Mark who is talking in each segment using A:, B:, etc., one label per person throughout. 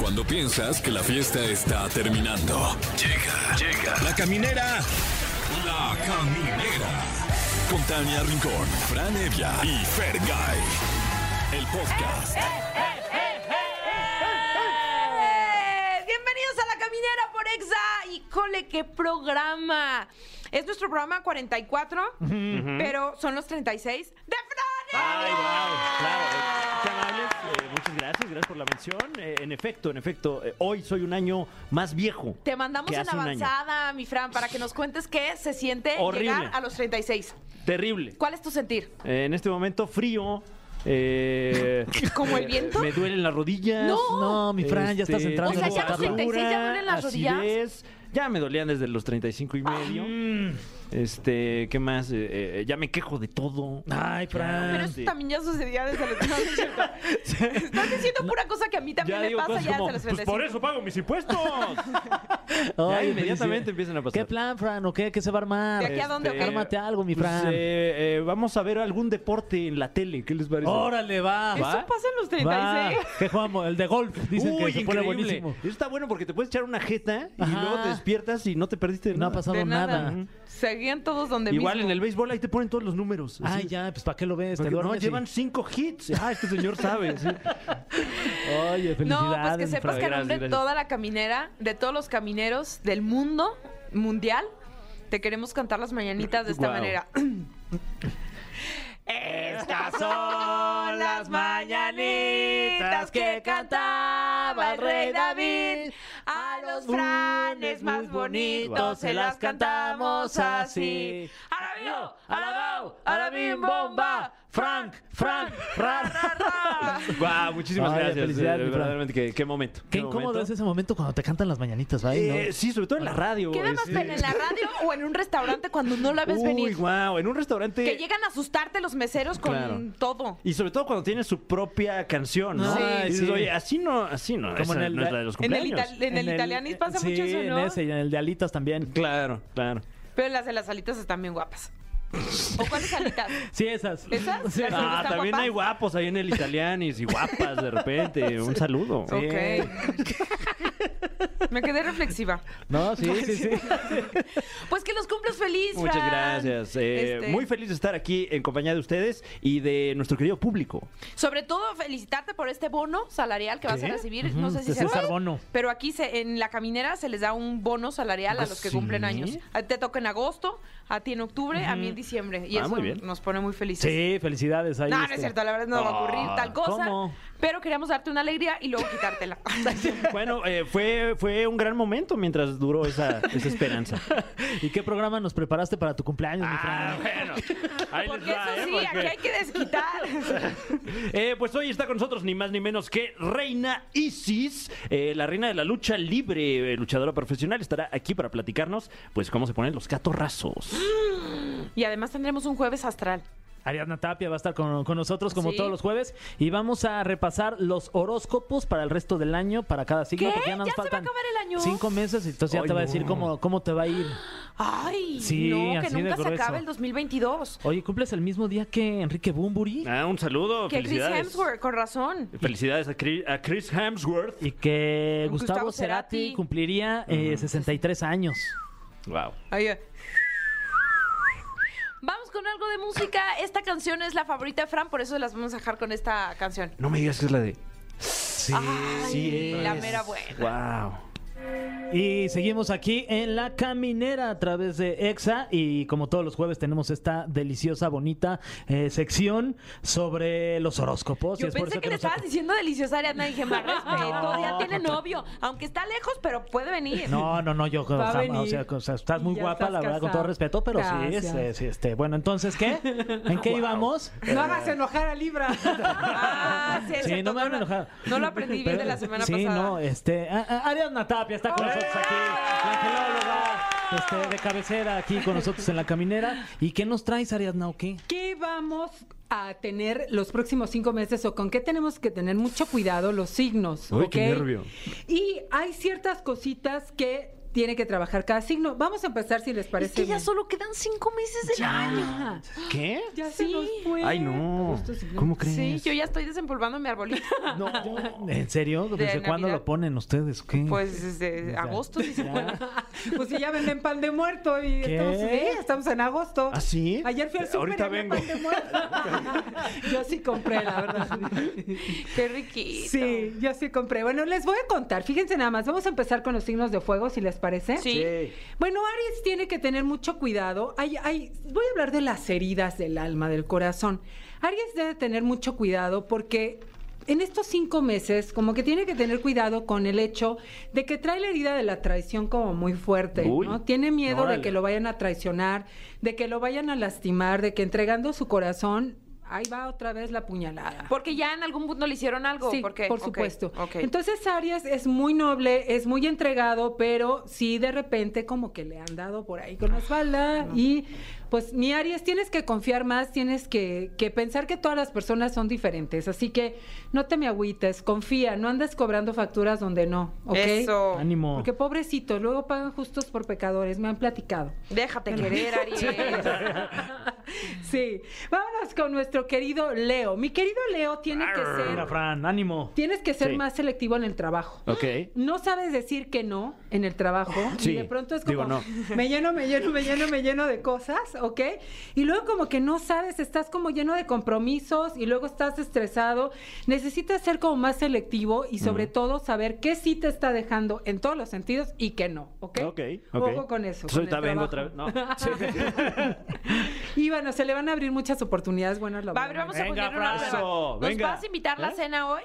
A: Cuando piensas que la fiesta está terminando. Llega, llega. La caminera. La caminera. Con Tania Rincón, Fran Evia y Fer El podcast.
B: ¡Eh! Bienvenidos a La Caminera por Exa. Híjole, qué programa. Es nuestro programa 44, pero son los 36 de
C: Ay,
B: Fran.
C: wow, claro. eh, qué amables, eh, muchas gracias, gracias por la mención. Eh, en efecto, en efecto, eh, hoy soy un año más viejo.
B: Te mandamos
C: que
B: en
C: hace un año.
B: avanzada, mi Fran, para que nos cuentes qué se siente
C: Horrible.
B: llegar a los 36.
C: Terrible.
B: ¿Cuál es tu sentir?
C: Eh, en este momento, frío. eh,
B: ¿Como el viento?
C: me duelen las rodillas.
B: No.
D: No, mi Fran, ya
C: Este,
D: estás entrando
B: O sea,
D: en
B: ya los
D: etapa.
B: 36 ya duelen las rodillas.
C: acidez. Ya me dolían desde los 35 y medio.
B: Ah.
C: Este, ¿qué más? Eh, eh, ya me quejo de todo.
D: Ay, Fran.
B: Pero eso
C: Sí.
B: también ya sucedía desde los... No, no es cierto. Estás diciendo pura cosa que a mí también me pasa
C: cosas
B: ya
C: como,
B: desde los
C: "Pues
B: 35.
C: por eso pago mis impuestos.
D: Ay,
C: ya inmediatamente
D: felicidades.
C: empiezan a pasar.
D: ¿Qué plan, Fran? ¿O qué? ¿Qué se va a armar?
B: ¿De aquí a dónde, o qué?
D: Ármate algo, mi
C: Pues,
D: Fran.
C: eh, eh, vamos a ver algún deporte en la tele. ¿Qué les parece?
D: Órale, va.
B: ¿Eso
D: va,
B: pasa en los
D: va.
B: 36?
D: ¿Qué jugamos? El de golf. Dicen
C: Uy,
D: que se pone
C: increíble.
D: buenísimo.
C: Eso está bueno porque te puedes echar una jeta y
D: Ajá.
C: luego te despiertas y no te perdiste de
D: No ha
C: nada.
D: pasado
B: De nada.
D: nada.
B: Seguían todos donde
C: Igual
B: mismo.
C: en el béisbol ahí te ponen todos los números. así.
D: Ay, ya, pues ¿para qué lo ves? Te
C: Porque, no,
D: duermes y-
C: llevan cinco hits. Ah, este señor sabe. sí.
D: Oye,
B: No,
D: felicidades.
B: pues que sepas
D: Fran.
B: que a nombre de
C: gracias.
B: toda la caminera, de todos los camineros del mundo mundial, te queremos cantar las mañanitas de esta
C: Guau.
B: manera. Estas son las mañanitas que cantaba el rey David. A los franes más bonitos se las cantamos así. ¡Alabío! ¡Alabao! ¡Alabim bomba! ¡Frank! ¡Frank! ¡Ra, ra, ra!
C: Guau, muchísimas
D: Ay,
C: gracias.
D: felicidades,
C: eh,
D: mi Fran.
C: verdaderamente, qué, qué momento.
D: Qué incómodo es ese momento cuando te cantan las mañanitas, ¿va? Ay, ¿no?
C: Eh, sí, sobre todo en la radio.
B: ¿Qué da más
C: sí.
B: pena, en la radio o en un restaurante cuando no la ves
C: Uy,
B: venir?
C: wow, en un restaurante.
B: Que llegan a asustarte los meseros con
C: Claro.
B: todo.
C: Y sobre todo cuando tiene su propia canción, ¿no?
D: Sí.
C: Y dices,
D: Sí.
C: oye, así no, así no,
D: Como
C: esa
D: en el-
C: no es la de los
B: En el,
C: cumpleaños.
B: itali- en el italianis pasa
D: sí,
B: mucho eso, ¿no?
D: en ese y en el de alitas también.
C: Claro, claro.
B: Pero las de las alitas están bien guapas. ¿O cuáles alitas?
D: Sí, esas.
B: ¿Esas?
D: Sí.
B: ¿Las que
C: Ah,
B: están
C: también
B: guapas?
C: hay guapos ahí en el italianis y guapas de repente. Un saludo.
B: Ok. Me quedé reflexiva.
D: No, sí, sí, sí.
B: Pues que los cumples feliz,
C: Muchas
B: Fran.
C: gracias. Eh,
B: Este,
C: Muy feliz de estar aquí en compañía de ustedes y de nuestro querido público.
B: Sobre todo, felicitarte por este bono salarial que vas a
C: ¿Qué?
B: recibir. No sé si
D: de
B: se
D: César Bono.
B: Pero aquí se- en la caminera se les da un bono salarial a
C: ¿Ah,
B: los que
C: sí?
B: cumplen años. A ti Te toca en agosto, a ti en octubre, a mí en diciembre. Y
C: Ah,
B: eso
C: muy bien.
B: nos pone muy felices.
D: Sí, felicidades ahí.
B: No, no
D: este.
B: es cierto, la verdad no va a ocurrir tal cosa.
D: ¿cómo?
B: Pero queríamos darte una alegría y luego quitártela.
C: Bueno, eh, fue, fue un gran momento mientras duró esa, esa esperanza.
D: ¿Y qué programa nos preparaste para tu cumpleaños, mi
B: Ah.
D: Fran?
C: Ah, bueno. Ahí les
B: Porque
C: va,
B: eso
C: ¿eh?
B: sí,
C: Porque-
B: aquí hay que desquitar.
C: Eh, pues hoy está con nosotros ni más ni menos que Reina Isis, eh, la reina de la lucha libre, eh, luchadora profesional, estará aquí para platicarnos, pues cómo se ponen los catorrazos.
B: Y además tendremos un jueves astral.
D: Ariadna Tapia va a estar con, con nosotros como
B: Sí.
D: todos los jueves y vamos a repasar los horóscopos para el resto del año, para cada signo,
B: ¿Qué?
D: porque ya nos
B: ¿Ya se va a
D: faltan
B: acabar el año?
D: cinco meses y entonces ya
C: Ay,
D: te va a
C: no.
D: decir cómo, cómo te va a ir.
B: Ay,
D: Sí,
B: no, que
D: así de
B: nunca se
D: grueso.
B: acabe el 2022.
D: Oye, ¿cumples el mismo día que Enrique Bumburi?
C: Ah, un saludo,
B: Que Chris
C: felicidades.
B: Hemsworth, con razón.
C: Felicidades a Chris, a Chris Hemsworth.
D: Y que
B: Gustavo
D: Gustavo Cerati,
B: Cerati.
D: cumpliría eh, 63 años.
C: Wow.
B: Ay, ay. Vamos con algo de música. Esta canción es la favorita de Fran, por eso las vamos a dejar con esta canción.
C: No me digas que es la de.
D: Sí.
B: Ay, Ah, la mera buena.
C: Wow.
D: Y seguimos aquí en la caminera a través de EXA y como todos los jueves tenemos esta deliciosa, bonita eh, sección sobre los horóscopos. y
B: Yo
D: es por
B: pensé
D: eso
B: que, le
D: nos ac-
B: estabas diciendo deliciosa Ariadna y dije, más respeto, ya tiene novio, aunque está lejos, pero puede venir.
D: No, no, no, yo
B: Va a
D: jamás, o
B: venir.
D: sea, o sea, estás
B: Y
D: muy
B: ya
D: guapa,
B: estás
D: la verdad, con todo
B: casada.
D: respeto, pero sí,
B: Gracias.
D: este, sí, este, bueno, entonces, ¿qué? ¿En qué íbamos?
B: No hagas enojar a Libra. Ah, sí, es
D: Sí,
B: cierto,
D: no me hagan
B: lo-
D: enojar.
B: No lo aprendí bien
D: Pero-
B: de la semana
D: sí,
B: pasada.
D: no, este, a- a- Ariadna Tapia está con
B: ¡Ole!
D: nosotros aquí, la angelóloga, este, de cabecera aquí con nosotros en la caminera. ¿Y qué nos traes, Ariadna, o qué?
E: ¿Qué vamos a tener los próximos cinco meses o con qué tenemos que tener mucho cuidado los signos?
C: Uy, qué
E: ¿ok?
C: nervio.
E: Y hay ciertas cositas que tiene que trabajar cada signo. Vamos a empezar si les parece.
B: Es que ya
E: bien.
B: solo quedan cinco meses del año.
E: Ah,
C: ¿Qué?
E: ya se
B: Sí.
E: nos fue.
C: Ay, no.
E: Justo si no-
C: ¿Cómo
B: Sí,
C: crees?
B: yo ya estoy desempolvando mi arbolito.
D: No, ¿En serio?
B: De
D: ¿Desde cuándo
B: Navidad.
D: lo ponen ustedes? ¿Qué?
B: Pues desde
D: Ya.
B: agosto, si se
D: Ya.
B: puede.
E: Pues sí, ya venden pan de muerto y
D: ¿Qué?
E: estamos, sí, estamos en agosto.
C: ¿Ah, sí?
E: Ayer fui al súper y
C: Ahorita
E: había
C: vengo.
E: pan de muerto. Yo sí compré, la verdad.
B: Qué riquito.
E: Sí, yo sí compré. Bueno, les voy a contar. Fíjense nada más. Vamos a empezar con los signos de fuego, si les parece.
B: Sí.
E: Bueno, Aries tiene que tener mucho cuidado. Hay, hay, voy a hablar de las heridas del alma, del corazón. Aries debe tener mucho cuidado porque en estos cinco meses, como que tiene que tener cuidado con el hecho de que trae la herida de la traición como muy fuerte.
C: Uy.
E: ¿no? Tiene miedo
C: Órale.
E: de que lo vayan a traicionar, de que lo vayan a lastimar, de que entregando su corazón, ahí va otra vez la puñalada.
B: Porque ya en algún punto le hicieron algo.
E: Sí,
B: porque,
E: por
B: ok,
E: supuesto.
B: ok.
E: Entonces Arias es muy noble, es muy entregado, pero sí de repente como que le han dado por ahí con la espalda
B: Ah,
E: y pues mi Aries tienes que confiar más, tienes que, que pensar que todas las personas son diferentes, así que no te me agüites, confía, no andes cobrando facturas donde no, ¿ok?
B: Eso.
D: Ánimo.
E: Porque pobrecitos, luego pagan justos por pecadores, me han platicado.
B: Déjate querer, Ariel.
E: Sí, vámonos con nuestro querido Leo. Mi querido Leo tiene que
D: Mira,
E: ser,
D: Fran, ánimo.
E: tienes que ser
C: Sí.
E: más selectivo en el trabajo.
C: Ok.
E: no sabes decir que no en el trabajo
C: Sí,
E: y de pronto es como
C: digo no.
E: me lleno, me lleno, me lleno, me lleno de cosas, ¿ok? Y luego como que no sabes, estás como lleno de compromisos y luego estás estresado. Necesitas ser como más selectivo y sobre todo saber qué sí te está dejando en todos los sentidos y qué no, ¿ok?
C: Ok, ok.
E: Ojo con eso.
C: Entonces,
E: con el
C: ahorita vengo otra vez.
E: trabajo.
C: No. Sí.
E: Y bueno, se le van a abrir muchas oportunidades buenas
B: Va, a ver,
E: laborales.
B: vamos a
C: Venga,
B: poner una
C: abrazo,
B: prueba. ¿Nos
C: venga.
B: vas a invitar la
C: ¿Eh?
B: cena hoy?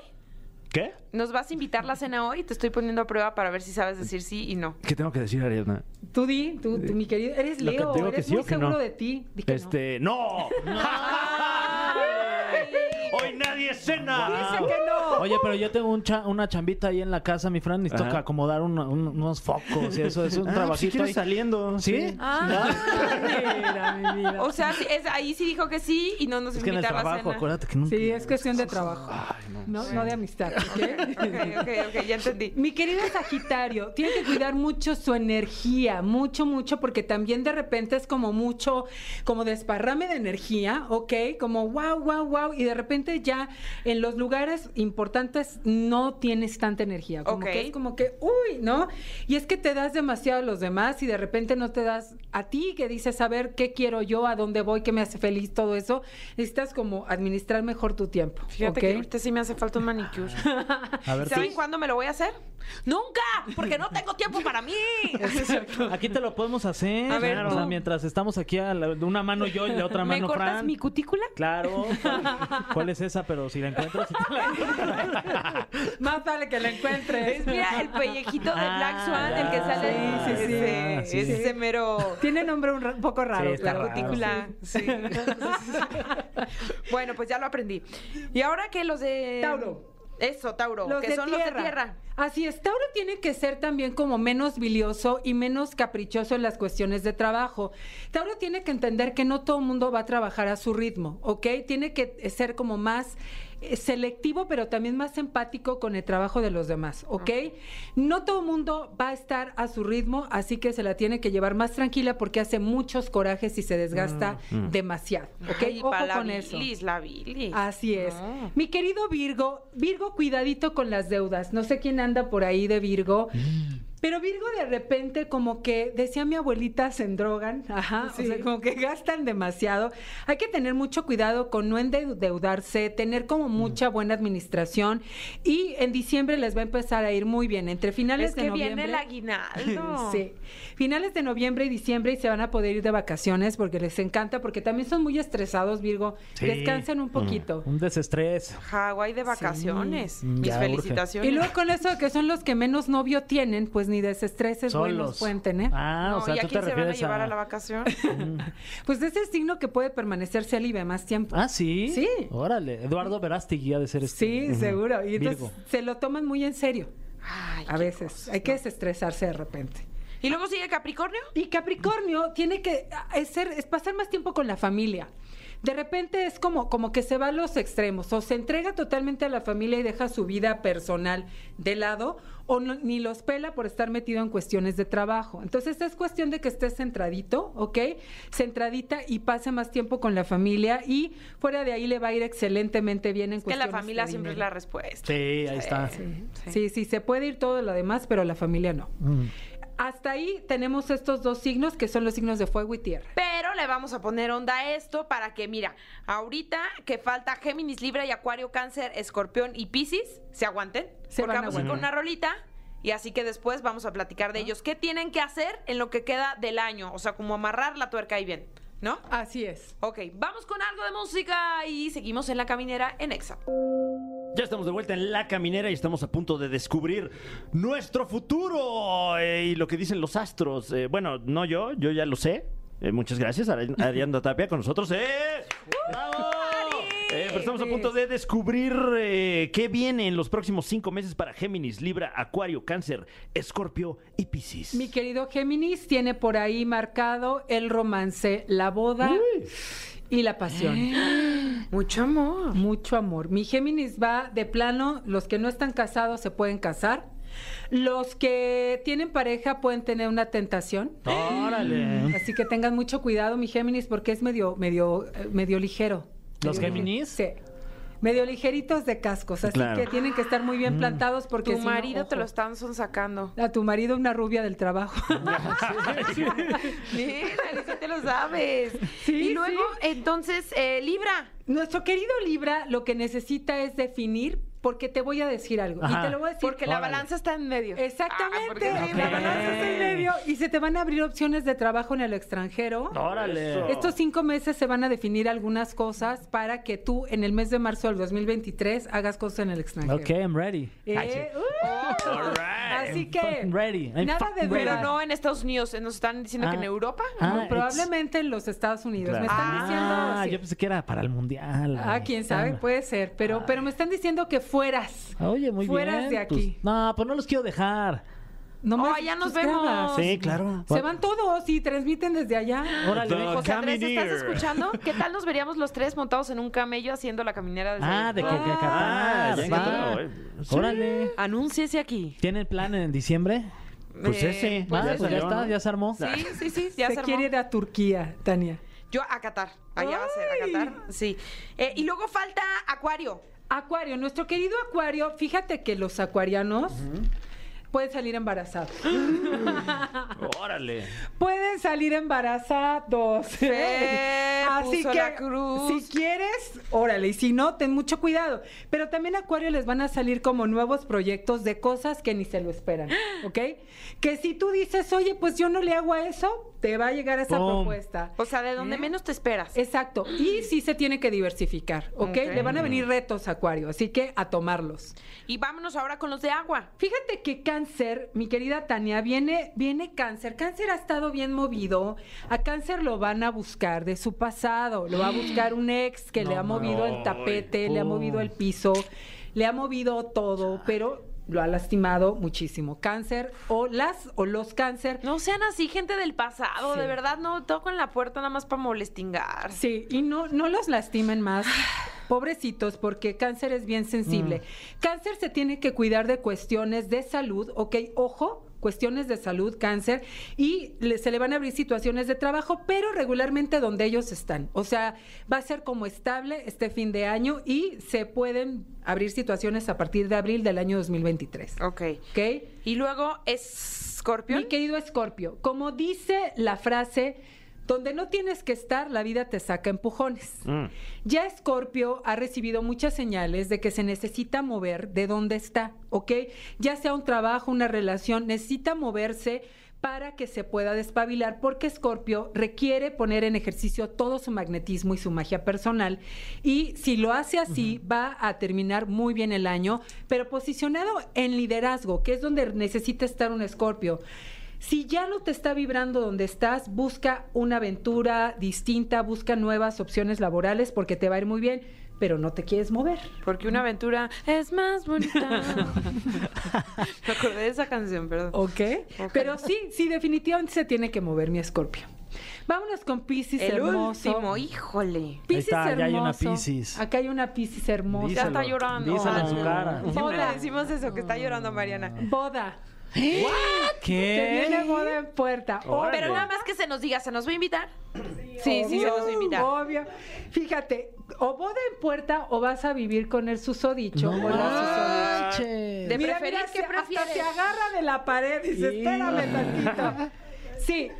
C: ¿Qué?
B: ¿Nos vas a invitar la cena hoy? Te estoy poniendo a prueba para ver si sabes decir sí y no.
C: ¿Qué tengo que decir, Ariadna?
E: Tú di, tú, tú, mi querido, eres
C: Eh, Lo que
E: Leo,
C: tengo que
E: eres
C: sí o
E: muy
C: que no.
E: seguro de ti. Di que no.
C: Este, no. Hoy nadie cena.
E: Dice que no.
D: Oye, pero yo tengo un cha- una chambita ahí en la casa, mi Fran. Necesito
C: Ajá.
D: acomodar un- un- unos focos y eso. Es un
C: Ah, pues, si
D: trabajito
C: quieres
D: ahí.
C: saliendo.
D: ¿Sí?
E: Mira, mi vida.
B: O sea, sí, es, ahí sí dijo que sí y no nos
D: Es que en el
B: invita a la
D: trabajo,
B: cena.
D: acuérdate que nunca...
E: Sí, es cuestión de trabajo. no, no de amistad. ¿ok?
B: Ok, ok, ok, ya entendí.
E: Mi querido Sagitario, tiene que cuidar mucho su energía, mucho, mucho, porque también de repente es como mucho, como desparrame de energía, ¿ok? Como wow, wow, wow, y de repente ya en los lugares importantes no tienes tanta energía, como
B: Ok.
E: que es como que, uy, ¿no? Y es que te das demasiado a los demás y de repente no te das a ti que dices, a ver, ¿qué quiero yo? ¿A dónde voy? ¿Qué me hace feliz? Todo eso. Necesitas como administrar mejor tu tiempo.
B: Fíjate
E: ¿ok?
B: que ahorita sí me hace falta un manicure.
D: A ver,
B: ¿Saben
D: sí.
B: cuándo me lo voy a hacer? ¡Nunca! Porque no tengo tiempo para mí.
D: Aquí te lo podemos hacer.
B: A ver,
D: claro, o sea,
B: tú.
D: mientras estamos aquí, a la- de una mano yo y de otra
B: ¿Me
D: mano
B: cortas
D: Fran.
B: mi cutícula?
D: Claro. ¿Cuál es esa? Pero si la encuentras...
E: Más vale que la encuentres.
B: Es, mira, el pellejito de Black
D: Ah,
B: Swan, el que
D: ya.
B: sale.
E: Sí, sí, sí.
B: ese,
D: Ah, sí.
B: ese mero.
E: Tiene nombre un, ra- un poco raro.
D: Sí, está
E: pero-
D: raro.
B: Cutícula. Sí. bueno, pues ya lo aprendí. ¿Y ahora qué? Los de.
E: Tauro.
B: Eso, Tauro.
E: Los
B: que
E: de
B: son los de tierra.
E: Así es, Tauro tiene que ser también como menos bilioso y menos caprichoso en las cuestiones de trabajo. Tauro tiene que entender que no todo el mundo va a trabajar a su ritmo, ¿ok? Tiene que ser como más eh, selectivo, pero también más empático con el trabajo de los demás, ¿ok? No todo el mundo va a estar a su ritmo, así que se la tiene que llevar más tranquila porque hace muchos corajes y se desgasta demasiado, ¿ok?
B: Ay,
E: Ojo
B: pa' la
E: con eso.
B: bilis, la bilis.
E: Así es.
B: No.
E: Mi querido Virgo, Virgo, cuidadito con las deudas. No sé quién anda por ahí de Virgo. Pero Virgo de repente como que, decía mi abuelita, se endrogan, ajá, o sea, como que gastan demasiado. Hay que tener mucho cuidado con no endeudarse, tener como mucha buena administración y en diciembre les va a empezar a ir muy bien. Entre finales
B: Es
E: de
B: que viene
E: noviembre Mm,
B: el aguinaldo.
E: Sí. Finales de noviembre y diciembre y se van a poder ir de vacaciones porque les encanta, porque también son muy estresados, Virgo.
D: Sí.
E: Descansen un poquito.
D: Un desestrés.
B: Hawái de vacaciones. Mis
D: Ya urge.
B: felicitaciones.
E: Y luego con eso de que son los que menos novio tienen, pues ni desestreses buenos
D: Solos.
E: pueden tener.
D: Ah,
B: No,
D: o sea,
B: ¿y a
D: tú te
B: quién se van a
D: refieres
B: llevar a la vacación?
E: Pues es el signo que puede permanecer célibe más tiempo.
D: Ah, sí.
E: Sí.
D: Órale. Eduardo Verástegui ha de ser este.
E: sí,
D: Ujú.
E: seguro. Y entonces
D: Virgo.
E: se lo toman muy en serio.
B: Ay,
E: A
B: qué
E: veces
B: cosas,
E: hay que
B: ¿no?
E: desestresarse de repente.
B: ¿Y luego sigue Capricornio?
E: Y Capricornio tiene que ah, es ser, es pasar más tiempo con la familia. de repente es como, como que se va a los extremos, o se entrega totalmente a la familia y deja su vida personal de lado, o no- ni los pela por estar metido en cuestiones de trabajo. Entonces es cuestión de que estés centradito, ¿ok? Centradita y pase más tiempo con la familia y fuera de ahí le va a ir excelentemente bien en
B: que
E: cuestiones
B: la familia
E: de
B: siempre es
E: dinero.
B: la respuesta.
D: Sí, ahí está.
B: Sí, sí.
E: Sí, sí, se puede ir todo lo demás, pero la familia no.
D: Mm.
E: Hasta ahí tenemos estos dos signos que son los signos de fuego y tierra.
B: Pero le vamos a poner onda a esto para que, mira, ahorita que falta Géminis, Libra y Acuario, Cáncer, Escorpión y Piscis, se aguanten.
E: Se
B: porque
E: van a
B: vamos a ir con una
E: aguantar.
B: rolita y así que después vamos a platicar de ellos. ¿Qué tienen que hacer en lo que queda del año? O sea, como amarrar la tuerca ahí bien, ¿no?
E: Así es.
B: Ok, vamos con algo de música y seguimos en la caminera en Exa.
C: Ya estamos de vuelta en la caminera y estamos a punto de descubrir nuestro futuro eh, y lo que dicen los astros. Eh, bueno, no yo, yo ya lo sé. Eh, muchas gracias, Ari- Arianda Tapia, con nosotros. ¡Eh! ¡Bravo! Eh, pero estamos a punto de descubrir eh, qué viene en los próximos cinco meses para Géminis, Libra, Acuario, Cáncer, Escorpio y Piscis.
E: Mi querido Géminis tiene por ahí marcado el romance, la boda y la pasión.
B: Mucho amor.
E: Mucho amor. Mi Géminis va de plano, los que no están casados se pueden casar. Los que tienen pareja pueden tener una tentación.
D: Órale.
E: Así que tengan mucho cuidado, mi Géminis, porque es medio, medio, eh, medio ligero.
D: ¿Los
E: Medio
D: Géminis?
E: ligero. Sí. Medio ligeritos de cascos, así
C: Claro.
E: que tienen que estar muy bien plantados porque
B: Tu
E: si no,
B: marido te
E: ojo.
B: lo están sacando.
E: A tu marido una rubia del trabajo.
B: Mira, ni si te lo sabes.
E: Sí,
B: y luego,
E: sí.
B: entonces, eh, Libra.
E: Nuestro querido Libra lo que necesita es definir, porque te voy a decir algo.
D: Ajá.
E: Y te lo voy a decir.
B: Porque la
D: Órale.
B: balanza está en medio. Ah, porque
E: Exactamente.
B: sí,
E: La
B: ok.
E: balanza está en medio y se te van a abrir opciones de trabajo en el extranjero.
C: ¡Órale!
E: Estos cinco meses se van a definir algunas cosas para que tú en el mes de marzo del 2023 hagas cosas en el extranjero.
D: Ok, I'm ready.
E: Eh, uh,
C: All right.
E: Así que
D: Fucking ready. I'm
E: nada de
D: fucking ready.
E: duda.
B: Pero no en Estados Unidos. eh, Nos están diciendo que
D: Ah.
B: en Europa.
D: Ah,
E: No, probablemente en los Estados Unidos.
C: Claro.
E: Me están diciendo.
D: Ah,
E: sí.
D: yo pensé que era para el mundial.
E: Ah,
D: Ay,
E: quién sabe,
D: calma.
B: pues,
E: puede ser.
D: Ah.
E: Pero, pero me están diciendo que fueras.
D: Oye, muy
E: Fueras
D: bien.
E: de aquí.
D: pues, no, pues no los quiero dejar.
E: No me
B: Oh,
E: hagas
B: ya nos
E: tus
B: vemos.
E: bromas.
C: Sí, claro.
E: Se van todos y transmiten desde allá.
D: Órale.
C: The
B: José Andrés, ¿estás
C: Camineer.
B: escuchando? ¿Qué tal nos veríamos los tres montados en un camello haciendo la caminera desde
D: Ah, de que, que
E: Ah,
C: ya
D: Qatar, va.
C: encontrado, eh. Sí.
D: Órale.
B: Anúnciese aquí.
D: ¿Tienen plan en diciembre?
C: Pues
E: Eh,
C: ese,
D: Ah,
C: ya
D: pues ya
C: salió,
D: está,
C: ¿no?
D: ya se armó.
B: Eh,
D: Ah,
B: Sí, sí, sí, ya
E: se,
B: se, armó.
E: quiere ir a Turquía, Tania.
B: Yo a Qatar. Allá va a ser, a Qatar. Sí. Eh, y luego falta Acuario.
E: Acuario, nuestro querido Acuario, fíjate que los acuarianos pueden salir embarazados.
C: ¡Órale!
E: pueden salir embarazados.
B: Se
E: Así
B: puso
E: que
B: la cruz.
E: si quieres, órale, y si no, ten mucho cuidado. Pero también a Acuario les van a salir como nuevos proyectos de cosas que ni se lo esperan, ¿ok? Que si tú dices, oye, pues yo no le hago a eso, te va a llegar esa
D: Pum.
E: propuesta.
B: O sea, de donde
E: ¿Eh?
B: menos te esperas.
E: Exacto, y sí se tiene que diversificar, ¿ok?
B: Ok.
E: Le van a venir retos a Acuario, así que a tomarlos.
B: Y vámonos ahora con los de agua.
E: Fíjate que cáncer, mi querida Tania, viene, viene cáncer. Cáncer ha estado bien movido. A cáncer lo van a buscar de su pasado. Lo va a buscar un ex que le ha movido el tapete, le ha movido el piso, le ha movido todo, pero lo ha lastimado muchísimo. Cáncer o las o los cáncer.
B: No sean así, gente del pasado.
E: Sí.
B: De verdad, no toquen la puerta nada más para molestingar.
E: Sí, y no, no los lastimen más. Pobrecitos, porque cáncer es bien sensible.
B: Mm.
E: Cáncer se tiene que cuidar de cuestiones de salud, ¿ok? Ojo, cuestiones de salud, cáncer, y le- se le van a abrir situaciones de trabajo, pero regularmente donde ellos están. O sea, va a ser como estable este fin de año y se pueden abrir situaciones a partir de abril del año 2023.
B: Ok.
E: ¿Ok?
B: Y luego Escorpión.
E: Mi querido Escorpio, como dice la frase, donde no tienes que estar, la vida te saca empujones.
C: Mm.
E: Ya Escorpio ha recibido muchas señales de que se necesita mover de donde está, ¿ok? Ya sea un trabajo, una relación, necesita moverse para que se pueda despabilar, porque Escorpio requiere poner en ejercicio todo su magnetismo y su magia personal, y si lo hace así, va a terminar muy bien el año, pero posicionado en liderazgo, que es donde necesita estar un Escorpio. Si ya no te está vibrando donde estás, busca una aventura distinta, busca nuevas opciones laborales porque te va a ir muy bien. pero no te quieres mover.
B: Porque una aventura es más bonita. Me acordé de esa canción, perdón.
D: Oh,
E: ¿Ok? Pero sí, sí, definitivamente se tiene que mover mi escorpio. Vámonos con Pisces
B: El
E: hermoso.
B: último, híjole.
E: Piscis
D: está, ya hay una
E: hermoso.
D: Piscis.
E: Acá hay una Piscis hermosa.
B: Ya está
D: Díselo,
B: llorando.
D: díselo en
B: Ah,
D: su cara. Ah.
B: Siempre
E: Hola.
B: le decimos eso, que está llorando Mariana.
E: Boda. Que
D: ¿Qué?
E: viene boda en puerta.
C: Órale.
B: Pero nada más que se nos diga, ¿se nos va a invitar?
D: Oh,
B: Sí, sí, se
E: Obvio,
B: nos va a invitar.
E: Obvio. Fíjate, o boda en puerta o vas a vivir con el susodicho. o la susodicha.
D: manches.
B: De
E: Mira,
B: preferir,
E: mira,
B: ¿qué
E: se- Hasta
B: prefieres?
E: se agarra de la pared y dice, espérame tantito. Sí,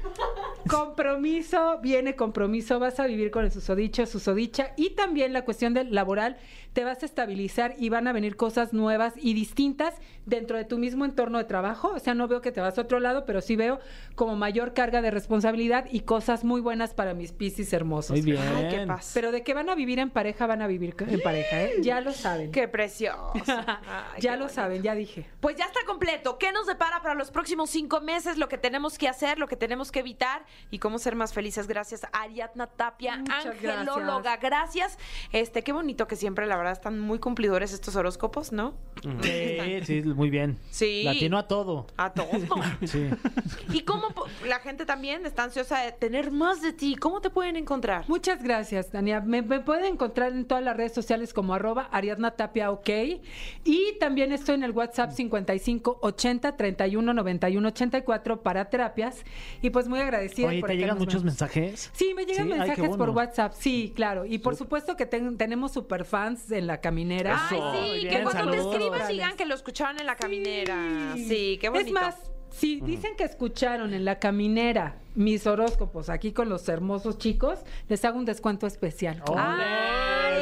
E: compromiso, viene compromiso, vas a vivir con el susodicho, susodicha y también la cuestión del laboral, te vas a estabilizar y van a venir cosas nuevas y distintas dentro de tu mismo entorno de trabajo. O sea, no veo que te vas a otro lado, pero sí veo como mayor carga de responsabilidad y cosas muy buenas para mis piscis hermosos.
D: Muy bien.
B: Ay, qué paz.
E: Pero de que van a vivir en pareja, van a vivir en pareja, ¿eh? Ya lo saben.
B: Qué precioso. Ay,
E: ya
B: qué
E: lo
B: bonito.
E: saben, ya dije.
B: Pues ya está completo. ¿Qué nos depara para los próximos cinco meses? Lo que tenemos que hacer, lo que tenemos que evitar y cómo ser más felices. Gracias a Ariadna Tapia,
E: Muchas
B: angelóloga. Gracias. Este, qué bonito que siempre, la verdad, están muy cumplidores estos horóscopos, ¿no?
D: Sí, sí, muy bien.
B: Sí.
D: Latino a todo.
B: A todos.
D: Sí.
B: y cómo po- la gente también está ansiosa de tener más de ti. ¿Cómo te pueden encontrar?
E: Muchas gracias, Tania. Me, me pueden encontrar en todas las redes sociales como arroba Ariadna Tapia OK. Y también estoy en el WhatsApp 55 80 31 91 84 para terapias. Y pues muy agradecida.
D: Oye,
E: por
D: ¿te llegan
E: estarnos
D: muchos
E: viendo.
D: mensajes?
E: Sí, me llegan
D: Sí, ay, qué
E: mensajes por
D: bueno.
E: WhatsApp, sí, claro. Y por supuesto que ten- tenemos superfans en la caminera.
B: Ay,
C: Eso. Muy
B: sí, que
C: bien,
B: cuando te
D: saludos.
B: escriban digan que lo escucharon en la caminera. Sí, qué bonito.
E: Es más, si dicen que escucharon en la caminera mis horóscopos aquí con los hermosos chicos, les hago un descuento especial. Ah,
D: Ole,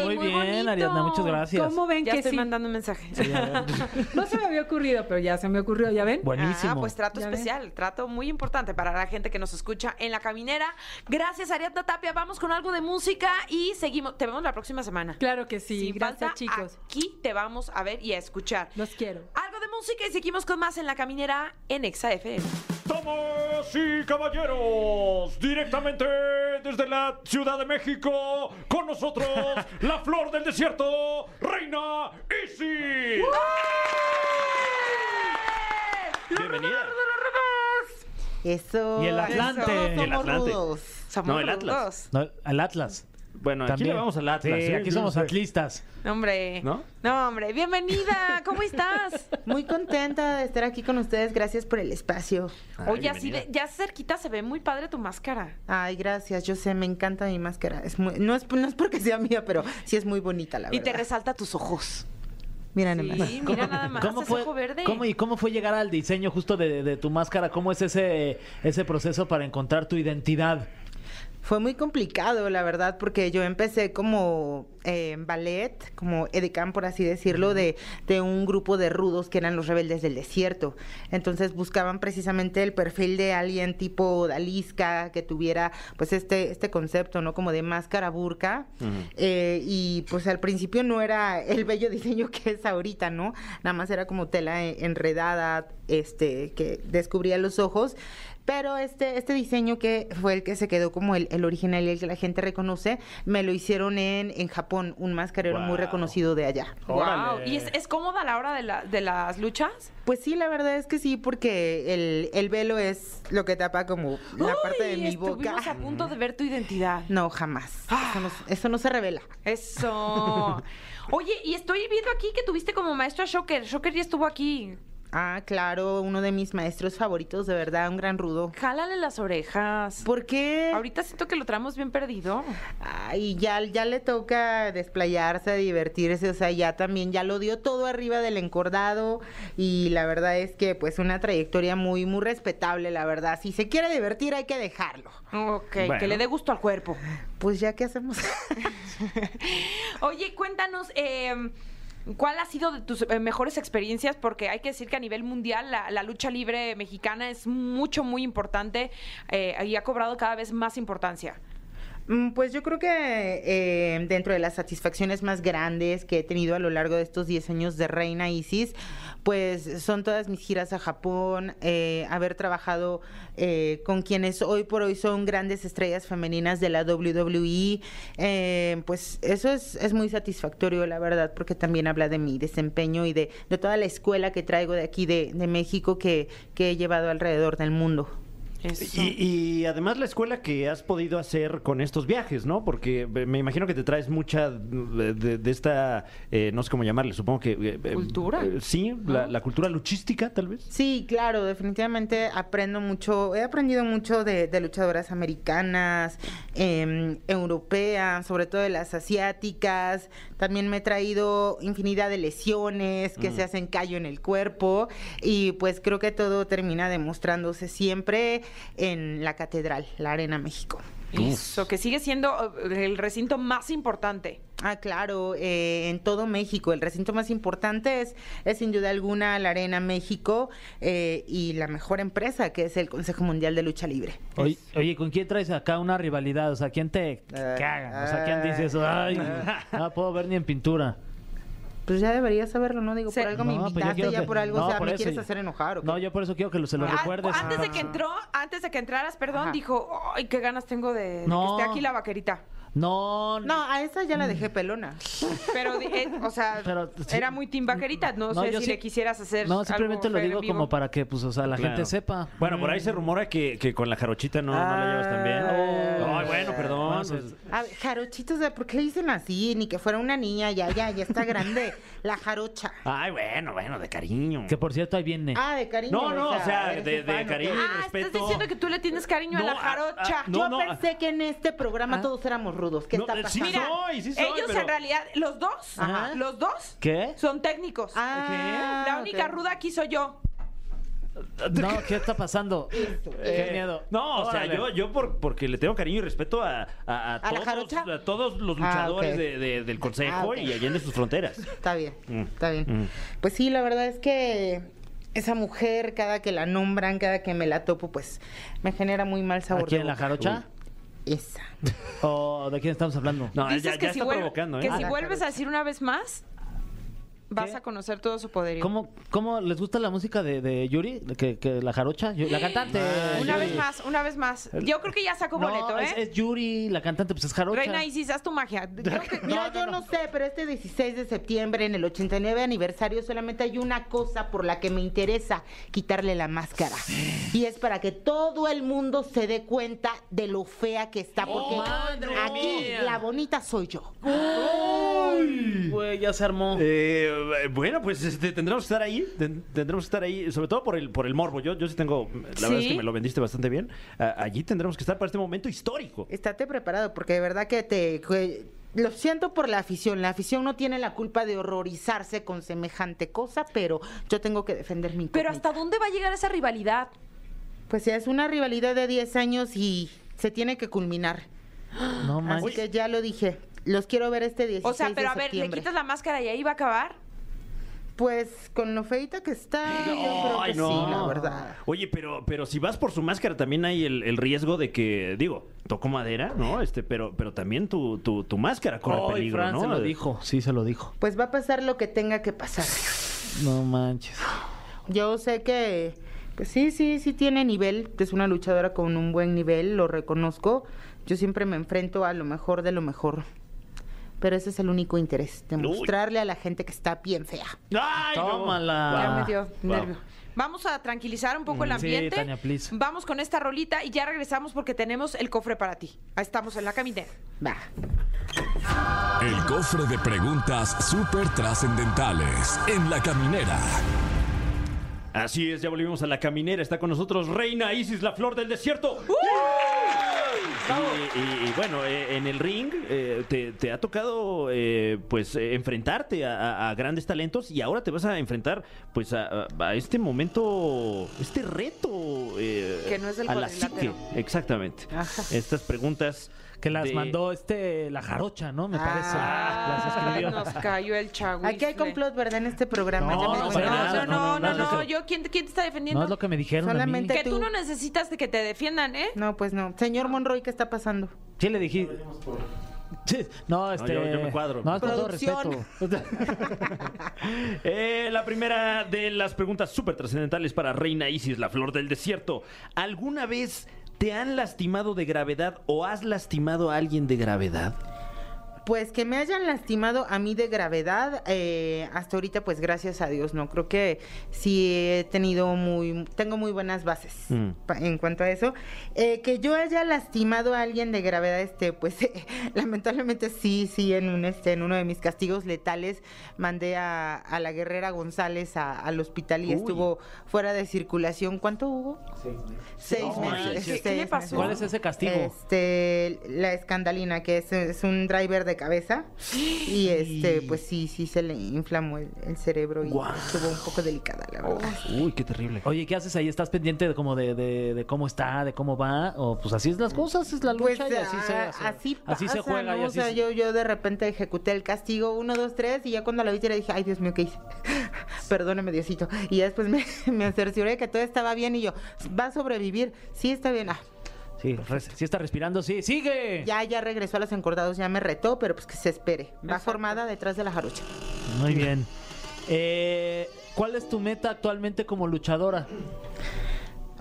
B: Ay,
D: muy,
B: muy
D: bien,
B: bonito.
D: Ariadna, muchas gracias.
E: ¿Cómo ven
B: ya
E: que
B: estoy
E: sí?
B: mandando un mensaje.
D: pues,
E: No se me había ocurrido, pero ya se me ocurrió, ¿ya ven?
D: Buenísimo.
B: Ah, pues trato
E: Ya ves.
B: especial, trato muy importante para la gente que nos escucha en la caminera. Gracias, Ariadna Tapia. Vamos con algo de música y seguimos. Te vemos la próxima semana.
E: Claro que sí,
B: Sin
E: gracias
B: falta, ah.
E: chicos.
B: Aquí te vamos a ver y a escuchar.
E: Los quiero.
B: Algo de música y seguimos con más en la caminera en Exa FM.
C: Damas y caballeros, directamente desde la Ciudad de México, con nosotros la flor del desierto, Reina Isis. Bienvenida.
F: Eso.
D: Y el Atlante.
F: Todos
D: El
F: somos
C: Atlante.
F: rudos.
B: Somos
C: No, el
B: rudos.
C: Atlas.
D: No, al Atlas.
C: Bueno, aquí
D: También.
C: le vamos al Atlas.
D: Sí,
C: ¿eh?
D: aquí somos atlistas.
B: No, Hombre.
C: ¿No?
B: No, hombre. Bienvenida. ¿Cómo estás?
F: Muy contenta de estar aquí con ustedes. Gracias por el espacio.
C: Ay,
B: Oye, así
C: Ah, bienvenida.
B: de- ya cerquita se ve muy padre tu máscara.
F: Ay, gracias. Yo sé, me encanta mi máscara. Es muy- no, es, no es porque sea mía, pero sí es muy bonita, la
B: Y
F: verdad.
B: te resalta tus ojos.
F: Mira
B: Sí,
F: nomás.
B: mira nada más.
D: ¿Cómo
B: ese
D: fue,
B: ojo verde.
D: cómo- ¿Y cómo fue llegar al diseño justo de, de tu máscara? ¿Cómo es ese, ese proceso para encontrar tu identidad?
F: Fue muy complicado, la verdad, porque yo empecé como eh, en ballet, como edecán, por así decirlo, de, de un grupo de rudos que eran los rebeldes del desierto. Entonces buscaban precisamente el perfil de alguien tipo Dalisca, que tuviera pues este, este concepto, ¿no? Como de máscara burka. Eh, y pues al principio no era el bello diseño que es ahorita, ¿no? Nada más era como tela eh, enredada, este, que descubría los ojos. Pero este, este diseño que fue el que se quedó como el, el original y el que la gente reconoce, me lo hicieron en, en Japón, un mascarero muy
C: Wow.
F: reconocido de allá.
B: Wow.
C: Órale.
B: ¿Y es, es cómoda a la hora de, la- de las luchas?
F: Pues sí, la verdad es que sí, porque el, el velo es lo que tapa como la parte de
B: Uy,
F: mi boca.
B: Estuvimos a punto de ver tu identidad. Ah.
F: No, jamás. Eso no, se- eso no se revela.
B: Eso. Oye, y estoy viendo aquí que tuviste como maestra Shocker. Shocker ya estuvo aquí.
F: Ah, claro, uno de mis maestros favoritos, de verdad, un gran rudo.
B: Jálale las orejas.
F: ¿Por qué?
B: Ahorita siento que lo traemos bien perdido.
F: Ay, ya, ya le toca desplayarse, divertirse, o sea, ya también, ya lo dio todo arriba del encordado y la verdad es que pues una trayectoria muy, muy respetable, la verdad. Si se quiere divertir hay que dejarlo.
B: Ok,
C: Bueno.
B: que le dé gusto al cuerpo.
F: Pues ya, ¿qué hacemos?
B: Oye, cuéntanos, eh, ¿cuál ha sido de tus eh, mejores experiencias? Porque hay que decir que a nivel mundial la, la lucha libre mexicana es mucho, muy importante eh, y ha cobrado cada vez más importancia.
F: Mm, Pues yo creo que eh, dentro de las satisfacciones más grandes que he tenido a lo largo de estos 10 años de Reina Isis, pues son todas mis giras a Japón, eh, haber trabajado eh, con quienes hoy por hoy son grandes estrellas femeninas de la WWE, eh, pues eso es, es muy satisfactorio, la verdad, porque también habla de mi desempeño y de, de toda la escuela que traigo de aquí, de, de México, que, que he llevado alrededor del mundo.
C: Y, y además la escuela que has podido hacer con estos viajes, ¿no? Porque me me imagino que te traes mucha de, de- de esta, eh, no sé cómo llamarle, supongo que... eh, eh,
B: ¿Cultura? Ah.
C: eh, sí, la, la cultura luchística tal vez.
F: Sí, claro, definitivamente aprendo mucho, he aprendido mucho de, de luchadoras americanas, em, europeas, sobre todo de las asiáticas, también me he traído infinidad de lesiones que se hacen callo en el cuerpo y pues creo que todo termina demostrándose siempre en la catedral, la Arena México.
B: Eso, que sigue siendo eh, el recinto más importante.
F: Ah, claro, eh, en todo México. El recinto más importante es, es sin duda alguna la Arena México eh, y la mejor empresa que es el Consejo Mundial de Lucha Libre.
D: Oye, Eh, oye, ¿con quién traes acá una rivalidad? O sea, ¿quién te
F: Ay,
D: caga? O sea, ¿quién dices, ay, no puedo ver ni en pintura?
F: Pues ya deberías saberlo, ¿no? Digo,
B: Se-
F: por algo me
D: No, pues yo
F: invitaste,
D: quiero
F: ya
D: que-
F: por algo,
D: no,
F: o sea,
D: por
F: me
D: eso
F: quieres
D: yo-
F: hacer enojar. ¿o qué?
D: No, yo por eso quiero que lo- se lo
B: Ah,
D: recuerdes.
B: Antes de que entró, antes de que entraras, perdón,
F: Ajá.
B: dijo, ay, qué ganas tengo de, de
D: No.
B: que esté aquí la vaquerita.
D: No,
F: No, a esa ya la
C: Mm.
F: dejé pelona.
B: Pero, di- eh, o sea,
D: Pero, sí.
B: era muy team vaquerita. No,
D: No,
B: sé
D: yo
B: si
D: sí-
B: le quisieras hacer
D: No, simplemente
B: algo
D: lo
B: feo en
D: digo
B: vivo.
D: como para que, pues, o sea, la
C: Claro.
D: gente sepa.
C: Bueno, por ahí se rumora que, que con la jarochita no, no la llevas tan bien.
F: Ah.
D: Eh,
B: Oh.
C: Ay, bueno, perdón.
D: Bueno, pues,
F: A ver, jarochitos, o sea, ¿por qué le dicen así? Ni que fuera una niña, ya, ya, ya está grande. La jarocha.
C: Ay, bueno, bueno, de cariño.
D: Que por cierto, ahí viene.
F: Ah, de cariño.
C: No, no, o sea,
F: eres
C: de-
F: un fan,
C: de
F: ¿o qué?
C: cariño.
B: Ah,
C: respeto.
B: estás diciendo que tú le tienes cariño
C: No,
B: a
C: ah,
B: la
C: ah,
B: jarocha.
C: no,
F: Yo
C: no,
F: pensé que en este programa
D: Ah.
F: todos éramos rudos. ¿Qué
C: No,
F: está
C: eh,
F: pasando?
C: sí
B: Mira,
C: soy, sí soy,
B: ellos
C: pero-
B: en realidad, los dos,
F: Ajá.
B: los dos
D: ¿Qué?
B: son técnicos.
F: Ah,
B: la única
F: ok.
B: ruda aquí soy yo.
D: No, ¿qué está pasando? Qué
C: Eh,
D: miedo.
C: No, o sea,
D: Órale.
C: yo, yo por, porque le tengo cariño y respeto a, a, a
F: ¿A la
C: todos,
F: jarocha?
C: a todos los
F: Ah,
C: luchadores
F: ok.
C: de- de- del consejo
F: Ah, ok.
C: y allende sus fronteras.
F: Está bien,
C: Mm.
F: está bien.
C: Mm.
F: Pues sí, la verdad es que esa mujer, cada que la nombran, cada que me la topo, pues me genera muy mal sabor.
D: ¿Aquí
F: de
D: en la
F: boca.
D: jarocha?
F: Esa.
D: ¿O de quién estamos hablando?
C: No,
B: Dices
C: ya,
B: que
C: ya
B: si,
C: está
B: vuel-
C: provocando, ¿eh?
B: que
F: Ah,
B: si
F: la
B: vuelves
F: jarocha.
B: a decir una vez más, vas
D: ¿Qué?
B: a conocer todo su poderío.
D: ¿Cómo, cómo les gusta la música de, de Yuri? Que, que la jarocha, Yu- la cantante.
B: Una
D: Yuri.
B: vez más, una vez más. Yo creo que ya sacó
D: No,
B: boleto,
D: es,
B: ¿eh?
D: es Yuri, la cantante, pues es jarocha.
B: Reina Isis, haz tu magia. Yo que-
F: Mira, yo no, sé, pero este 16 de septiembre, en el 89 aniversario, solamente hay una cosa por la que me interesa quitarle la máscara. Y es para que todo el mundo se dé cuenta de lo fea que está, porque
B: Oh,
F: aquí la bonita soy yo.
D: Güey, ya se armó.
C: Eh, bueno, pues este, tendremos que estar ahí, ten- tendremos que estar ahí, sobre todo por el por el morbo. Yo, yo sí tengo, la verdad es que
B: ¿Sí?
C: me lo vendiste bastante bien. A- allí tendremos que estar para este momento histórico.
F: Estate preparado, porque de verdad que te. que- lo siento por la afición. La afición no tiene la culpa de horrorizarse con semejante cosa, pero yo tengo que defender mi
B: Pero
F: incógnita.
B: ¿hasta dónde va a llegar esa rivalidad?
F: Pues ya es una rivalidad de 10 años y se tiene que culminar.
D: No
F: Así
D: manches.
F: que ya lo dije. Los quiero ver este
B: O
F: 16
B: sea, pero
F: de
B: a ver, le
F: septiembre.
B: quitas la máscara y ahí va a acabar.
F: Pues con lo feita que está, yo creo que
C: Ay, no.
F: sí, la verdad.
C: Oye, pero, pero si vas por su máscara, también hay el, el riesgo de que, digo, toco madera, ¿no? Este, pero, pero también tu, tu, tu máscara corre
D: Ay,
C: peligro,
D: Fran
C: ¿no?
D: se lo dijo. Sí, se lo dijo.
F: Pues va a pasar lo que tenga que pasar.
D: No manches.
F: Yo sé que, pues sí, sí, sí tiene nivel. Es una luchadora con un buen nivel, lo reconozco. Yo siempre me enfrento a lo mejor de lo mejor. Pero ese es el único interés, demostrarle a la gente que está bien fea.
C: ¡Ay, no!
D: Tómala.
B: Ya me dio
C: Wow.
B: nervio. Mm, Vamos a tranquilizar un poco el
D: Sí,
B: ambiente.
D: Tania, please.
B: Vamos con esta rolita y ya regresamos porque tenemos el cofre para ti. Ahí Estamos en la caminera.
F: Va.
A: El cofre de preguntas súper trascendentales en la caminera.
C: Así es, ya volvimos a la caminera. Está con nosotros Reina Isis, la flor del desierto.
B: ¡Uh!
C: Y, y- y bueno, eh, en el ring eh, te, te ha tocado eh, pues eh, enfrentarte a, a- a grandes talentos y ahora te vas a enfrentar pues a, a- a este momento, este reto eh,
B: Que no es del
C: a la
B: cuadrilátero. Ah.
C: psique, exactamente.
F: Ajá.
C: Estas preguntas
D: que las
G: De-
D: mandó este la jarocha, ¿no? Me
F: Ah.
D: parece. las
B: Ay,
D: escribió.
B: nos cayó el chagüifle.
F: Aquí hay complot, ¿verdad? En este programa.
D: No,
F: Ya me
D: no,
F: doy
D: para
B: No,
F: cuenta.
D: nada,
B: Ah, no, no, no,
D: no, no,
B: no.
D: no.
B: Yo, ¿quién, quién te está defendiendo?
D: No es lo que me dijeron
F: Solamente-
D: a mí.
B: Que tú
F: Tú.
B: no necesitas de que te defiendan, ¿eh?
F: No, pues no. Señor Monroy, ¿qué está pasando?
D: ¿Qué le dije? Sí, No, este.
C: yo- yo me cuadro.
D: No, es con todo respeto.
F: Producción.
C: Eh, la primera de las preguntas súper trascendentales para Reina Isis, la flor del desierto. ¿Alguna vez te han lastimado de gravedad o has lastimado a alguien de gravedad?
F: Pues que me hayan lastimado a mí de gravedad, eh, hasta ahorita pues gracias a Dios, ¿no? Creo que sí he tenido muy, tengo muy buenas bases
C: Mm.
F: pa- en cuanto a eso. Eh, que yo haya lastimado a alguien de gravedad, este, pues eh, lamentablemente sí, sí, en, un, este, en uno de mis castigos letales mandé a, a la guerrera González a- al hospital y
C: Uy.
F: estuvo fuera de circulación. ¿Cuánto hubo? Seis meses. este,
D: No
F: Seis
D: manches.
F: meses.
B: ¿Qué le pasó?
F: meses.
D: ¿Cuál es ese castigo?
F: Este, la escandalina, que es, es un driver de cabeza. Y este, pues sí, sí se le inflamó el, el cerebro y
C: Guau.
F: estuvo un poco delicada, la
D: Oh,
F: verdad.
C: Uy, qué terrible.
D: Oye, ¿qué haces ahí? ¿Estás pendiente de como de, de, de cómo está, de cómo va? O pues así es las cosas, es la lucha y así se
F: Mm. ah,
D: hace.
F: así
D: así se
F: pasa,
D: juega
F: ¿no?
D: y
F: O
D: así
F: sea,
D: se-
F: yo, yo de repente ejecuté el castigo uno, dos, tres y ya cuando la vi le dije, ay Dios mío, ¿qué hice? Perdóname Diosito. Y ya después me, me cercioré que todo estaba bien y yo, va a sobrevivir, sí está bien. Ah,
D: Sí, res- sí está respirando, sí. ¡Sigue!
F: ya, ya regresó a los encordados, ya me retó, pero pues que se espere. Va formada detrás de la jarocha.
D: Muy bien. Eh, ¿Cuál es tu meta actualmente como luchadora?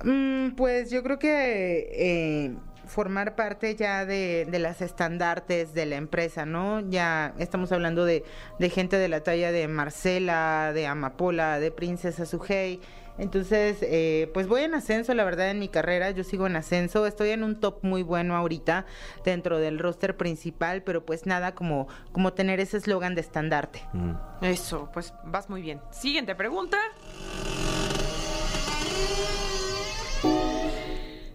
F: Mm, pues yo creo que eh, formar parte ya de, de las estandartes de la empresa, ¿no? Ya estamos hablando de, de gente de la talla de Marcela, de Amapola, de Princesa Sujei. Entonces, eh, pues voy en ascenso, la verdad, en mi carrera, yo sigo en ascenso, estoy en un top muy bueno ahorita dentro del roster principal, pero pues nada como, como tener ese eslogan de estandarte.
B: Eso, pues vas muy bien. Siguiente pregunta.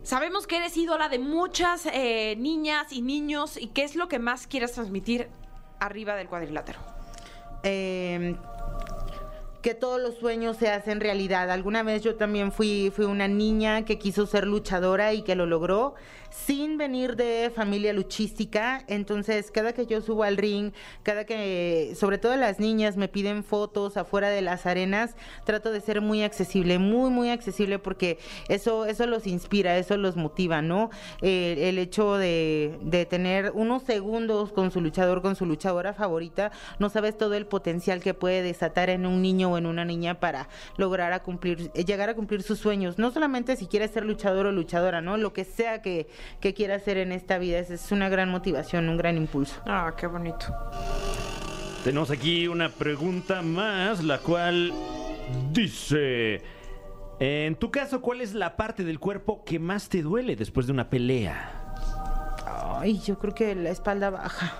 B: Sabemos que eres ídola de muchas eh, niñas y niños. ¿Y qué es lo que más quieres transmitir arriba del cuadrilátero?
F: eh, que todos los sueños se hacen realidad. Alguna vez yo también fui, fui una niña que quiso ser luchadora y que lo logró sin venir de familia luchística. Entonces, cada que yo subo al ring, cada que, sobre todo las niñas, me piden fotos afuera de las arenas, trato de ser muy accesible, muy, muy accesible, porque eso, eso los inspira, eso los motiva, ¿no? Eh, el hecho de, de tener unos segundos con su luchador, con su luchadora favorita, no sabes todo el potencial que puede desatar en un niño o en una niña para lograr a cumplir, eh, llegar a cumplir sus sueños. No solamente si quieres ser luchador o luchadora, ¿no? Lo que sea que, que quieras hacer en esta vida, es, es una gran motivación, un gran impulso.
B: Ah, qué bonito.
C: Tenemos aquí una pregunta más, la cual dice... En tu caso, ¿cuál es la parte del cuerpo que más te duele después de una pelea?
F: Ay, yo creo que la espalda baja.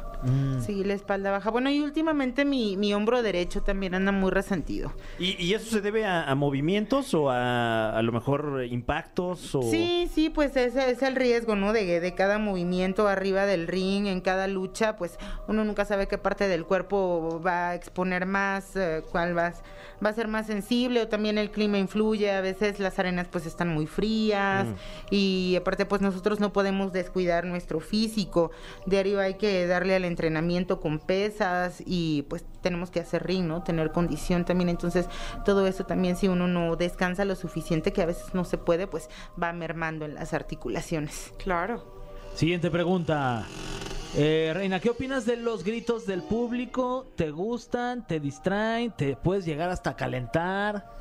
F: Sí, la espalda baja. Bueno, y últimamente mi, mi hombro derecho también anda muy resentido.
C: ¿Y, y eso se debe a, a movimientos o a a lo mejor eh, impactos? O...
F: Sí, sí, pues ese es el riesgo, ¿no? De, de cada movimiento arriba del ring, en cada lucha, pues uno nunca sabe qué parte del cuerpo va a exponer más, eh, cuál va, a- va a ser más sensible o también el clima influye, a veces las arenas pues están muy frías y aparte pues nosotros no podemos descuidar nuestro físico, de arriba hay que darle al entrenamiento con pesas y pues tenemos que hacer ring, ¿no? Tener condición también, entonces todo eso también si uno no descansa lo suficiente que a veces no se puede, pues va mermando en las articulaciones.
B: Claro.
D: Siguiente pregunta. Eh, Reina, ¿qué opinas de los gritos del público? ¿Te gustan? ¿Te distraen? ¿Te puedes llegar hasta calentar?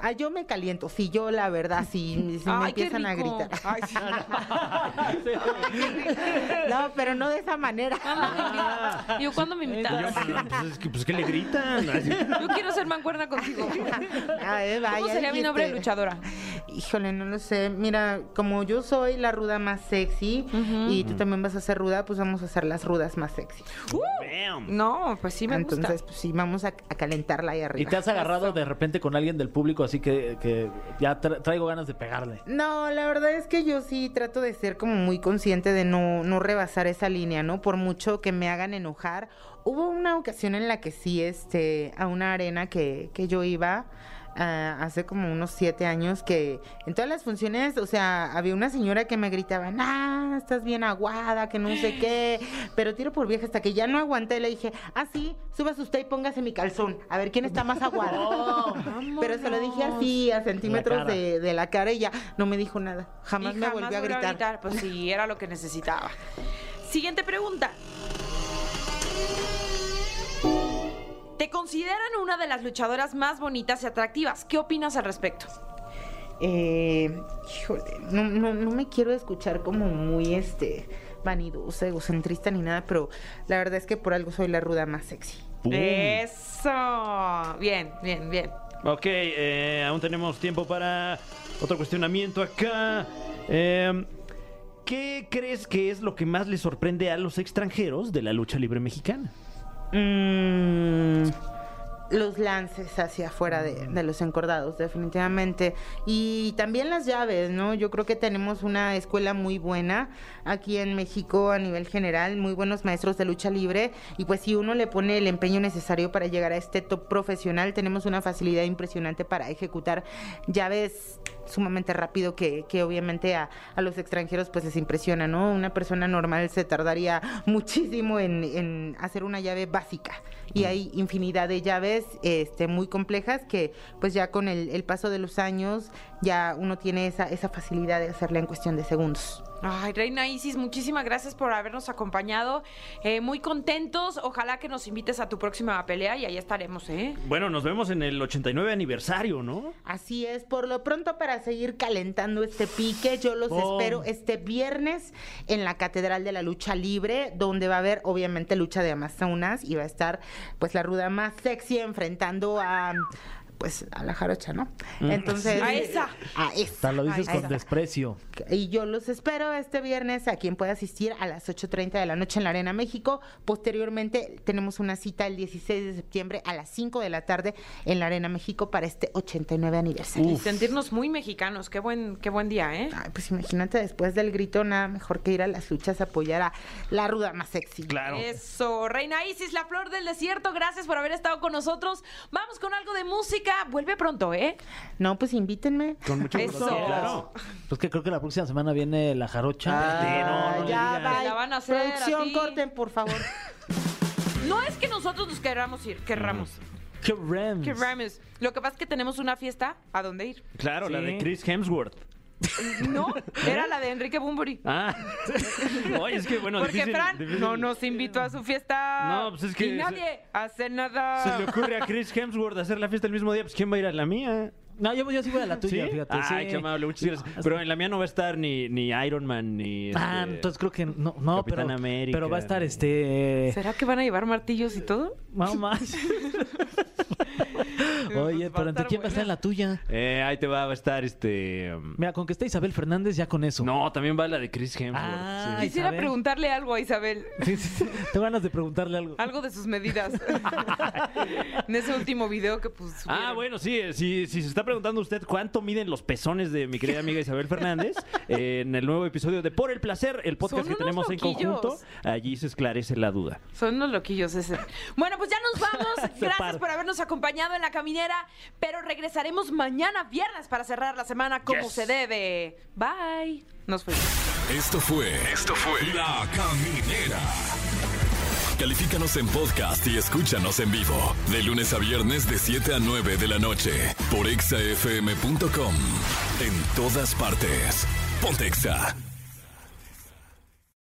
F: Ah, yo me caliento, sí, yo la verdad, sí, sí me
B: Ay, qué
F: empiezan a
B: rico.
F: gritar.
B: Ay, sí.
F: No, pero no de esa manera. Ah,
B: Yo cuando me invitas.
C: Pues, es que, pues, ¿qué le gritan? Así.
B: Yo quiero ser mancuerna contigo.
F: A ver, vaya,
B: ¿Cómo sería mi
F: este,
B: nombre de luchadora?
F: Híjole, no lo sé. Mira, como yo soy la ruda más sexy y tú también vas a ser ruda, pues vamos a hacer las rudas más sexy.
C: Bam.
B: No, pues sí me
F: Entonces,
B: gusta.
F: pues sí, vamos a, a calentarla ahí
D: ¿Y
F: arriba.
D: te has agarrado de repente con alguien del público así que, que ya tra- traigo ganas de pegarle?
F: No, la verdad es que yo sí trato de ser como muy consciente de no, no rebasar esa línea, ¿no? Por mucho que me hagan enojar. Hubo una ocasión en la que sí, este, a una arena que, que yo iba, ah, hace como unos siete años que en todas las funciones, o sea, había una señora que me gritaba, ah, estás bien aguada, que no sé qué, pero tiro por vieja hasta que ya no aguanté, le dije, ah, sí, súbase usted y póngase mi calzón, a ver quién está más aguada. pero se lo dije así, a centímetros
C: cara.
F: de, de la cara y ya no me dijo nada, jamás
B: Y
F: me volvió a
B: volvió
F: gritar.
B: Pues sí, era lo que necesitaba. Siguiente pregunta. ¿Te consideran una de las luchadoras más bonitas y atractivas? ¿Qué opinas al respecto?
F: Eh, híjole, no, no, no me quiero escuchar como muy este vanidosa, egocentrista ni nada, pero la verdad es que por algo soy la ruda más sexy.
C: ¡Pum!
B: Eso. Bien, bien, bien.
C: Ok, eh, aún tenemos tiempo para otro cuestionamiento acá. Eh, ¿Qué crees que es lo que más le sorprende a los extranjeros de la lucha libre mexicana?
F: Mm, los lances hacia afuera de, de los encordados, definitivamente. Y también las llaves, ¿no? Yo creo que tenemos una escuela muy buena aquí en México a nivel general, muy buenos maestros de lucha libre. Y pues si uno le pone el empeño necesario para llegar a este top profesional, tenemos una facilidad impresionante para ejecutar llaves sumamente rápido que, que obviamente a, a los extranjeros pues les impresiona, ¿no? Una persona normal se tardaría muchísimo en, en hacer una llave básica y hay infinidad de llaves este, muy complejas que pues ya con el, el paso de los años ya uno tiene esa, esa facilidad de hacerla en cuestión de segundos.
B: Ay, Reina Isis, muchísimas gracias por habernos acompañado. Eh, muy contentos. Ojalá que nos invites a tu próxima pelea y ahí estaremos, ¿eh?
C: Bueno, nos vemos en el 89 aniversario, ¿no?
F: Así es, por lo pronto para seguir calentando este pique, yo los
D: Oh.
C: Bom.
F: espero este viernes en la Catedral de la Lucha Libre, donde va a haber obviamente lucha de Amazonas y va a estar pues la ruda más sexy enfrentando a pues a la jarocha, ¿no? Entonces
B: A esa.
F: a esa.
D: Hasta lo dices
F: a
D: con
F: esa.
D: desprecio.
F: Y yo los espero este viernes a quien pueda asistir a las 8.30 de la noche en la Arena México. Posteriormente tenemos una cita el 16 de septiembre a las 5 de la tarde en la Arena México para este 89 aniversario.
B: Y sentirnos muy mexicanos. Qué buen, qué buen día, ¿eh?
F: Ay, pues imagínate después del grito, nada mejor que ir a las luchas a apoyar a la ruda más sexy.
C: Claro.
B: Eso, Reina Isis, la flor del desierto, gracias por haber estado con nosotros. Vamos con algo de música, vuelve pronto, ¿eh?
F: No, pues invítenme.
C: Con mucho gusto.
B: Eso.
C: Sí, claro.
D: Pues que creo que la próxima semana viene la jarocha. Este,
C: Ah. no, no le
F: ya
C: digas.
F: bye.
B: Te la van a hacer a
F: Producción,
B: ti.
F: corten, por favor.
B: No es que nosotros nos queramos ir, querramos,
D: ¡Qué
C: Mm.
D: rems!
B: querramos. Lo que pasa es que tenemos una fiesta, ¿a dónde ir?
C: Claro, la
D: Sí.
C: de Chris Hemsworth.
B: No, era la de Enrique Bunbury.
C: ¿Eh? Ah. Oye, es que bueno,
B: Porque
C: difícil-
B: Fran
C: difícil.
B: no nos invitó a su fiesta.
C: No, pues es que
B: Y
C: se-
B: nadie hace nada.
C: Se le ocurre a Chris Hemsworth hacer la fiesta el mismo día, pues ¿quién va a ir a la mía?
D: No, yo, yo sí voy a la tuya,
C: ¿Sí?
D: fíjate.
C: Ay,
D: sí.
C: qué amable, muchas gracias. Pero en la mía no va a estar ni, ni Iron Man ni.
D: Ah,
C: este,
D: entonces creo que no, no
C: Capitán
D: pero,
C: América.
D: pero va a estar este.
B: ¿Será que van a llevar martillos y todo?
D: No más.
B: Va
D: Oye,
B: a
D: pero ante
B: estar
D: quién va a estar en
B: buena.
D: la tuya?
C: eh, ahí te va, va a estar este. um,
D: Mira, con que esté Isabel Fernández, ya con eso.
C: No, también va la de Chris Hemsworth.
D: Ah,
C: sí.
B: Quisiera
D: Isabel.
B: preguntarle algo a Isabel.
D: Sí, sí, sí. Tengo ganas de preguntarle algo.
B: Algo de sus medidas. en ese último video que pues.
C: Ah,
B: subieron.
C: bueno, sí, eh, si, si se está preguntando usted cuánto miden los pezones de mi querida amiga Isabel Fernández, eh, en el nuevo episodio de Por el Placer, el podcast
B: Son
C: que
B: unos
C: tenemos en
B: loquillos.
C: conjunto, allí se esclarece la duda.
B: Son unos loquillos ese. Bueno, pues ya nos vamos. Gracias
D: paro.
B: por habernos acompañado en la caminera, pero regresaremos mañana viernes para cerrar la semana como
C: Yes.
B: se debe. Bye. Nos fuimos.
A: Esto fue. Esto fue. La Caminera. Califícanos en podcast y escúchanos en vivo. De lunes a viernes de 7 a 9 de la noche. Por exafm.com. En todas partes. Pontexa.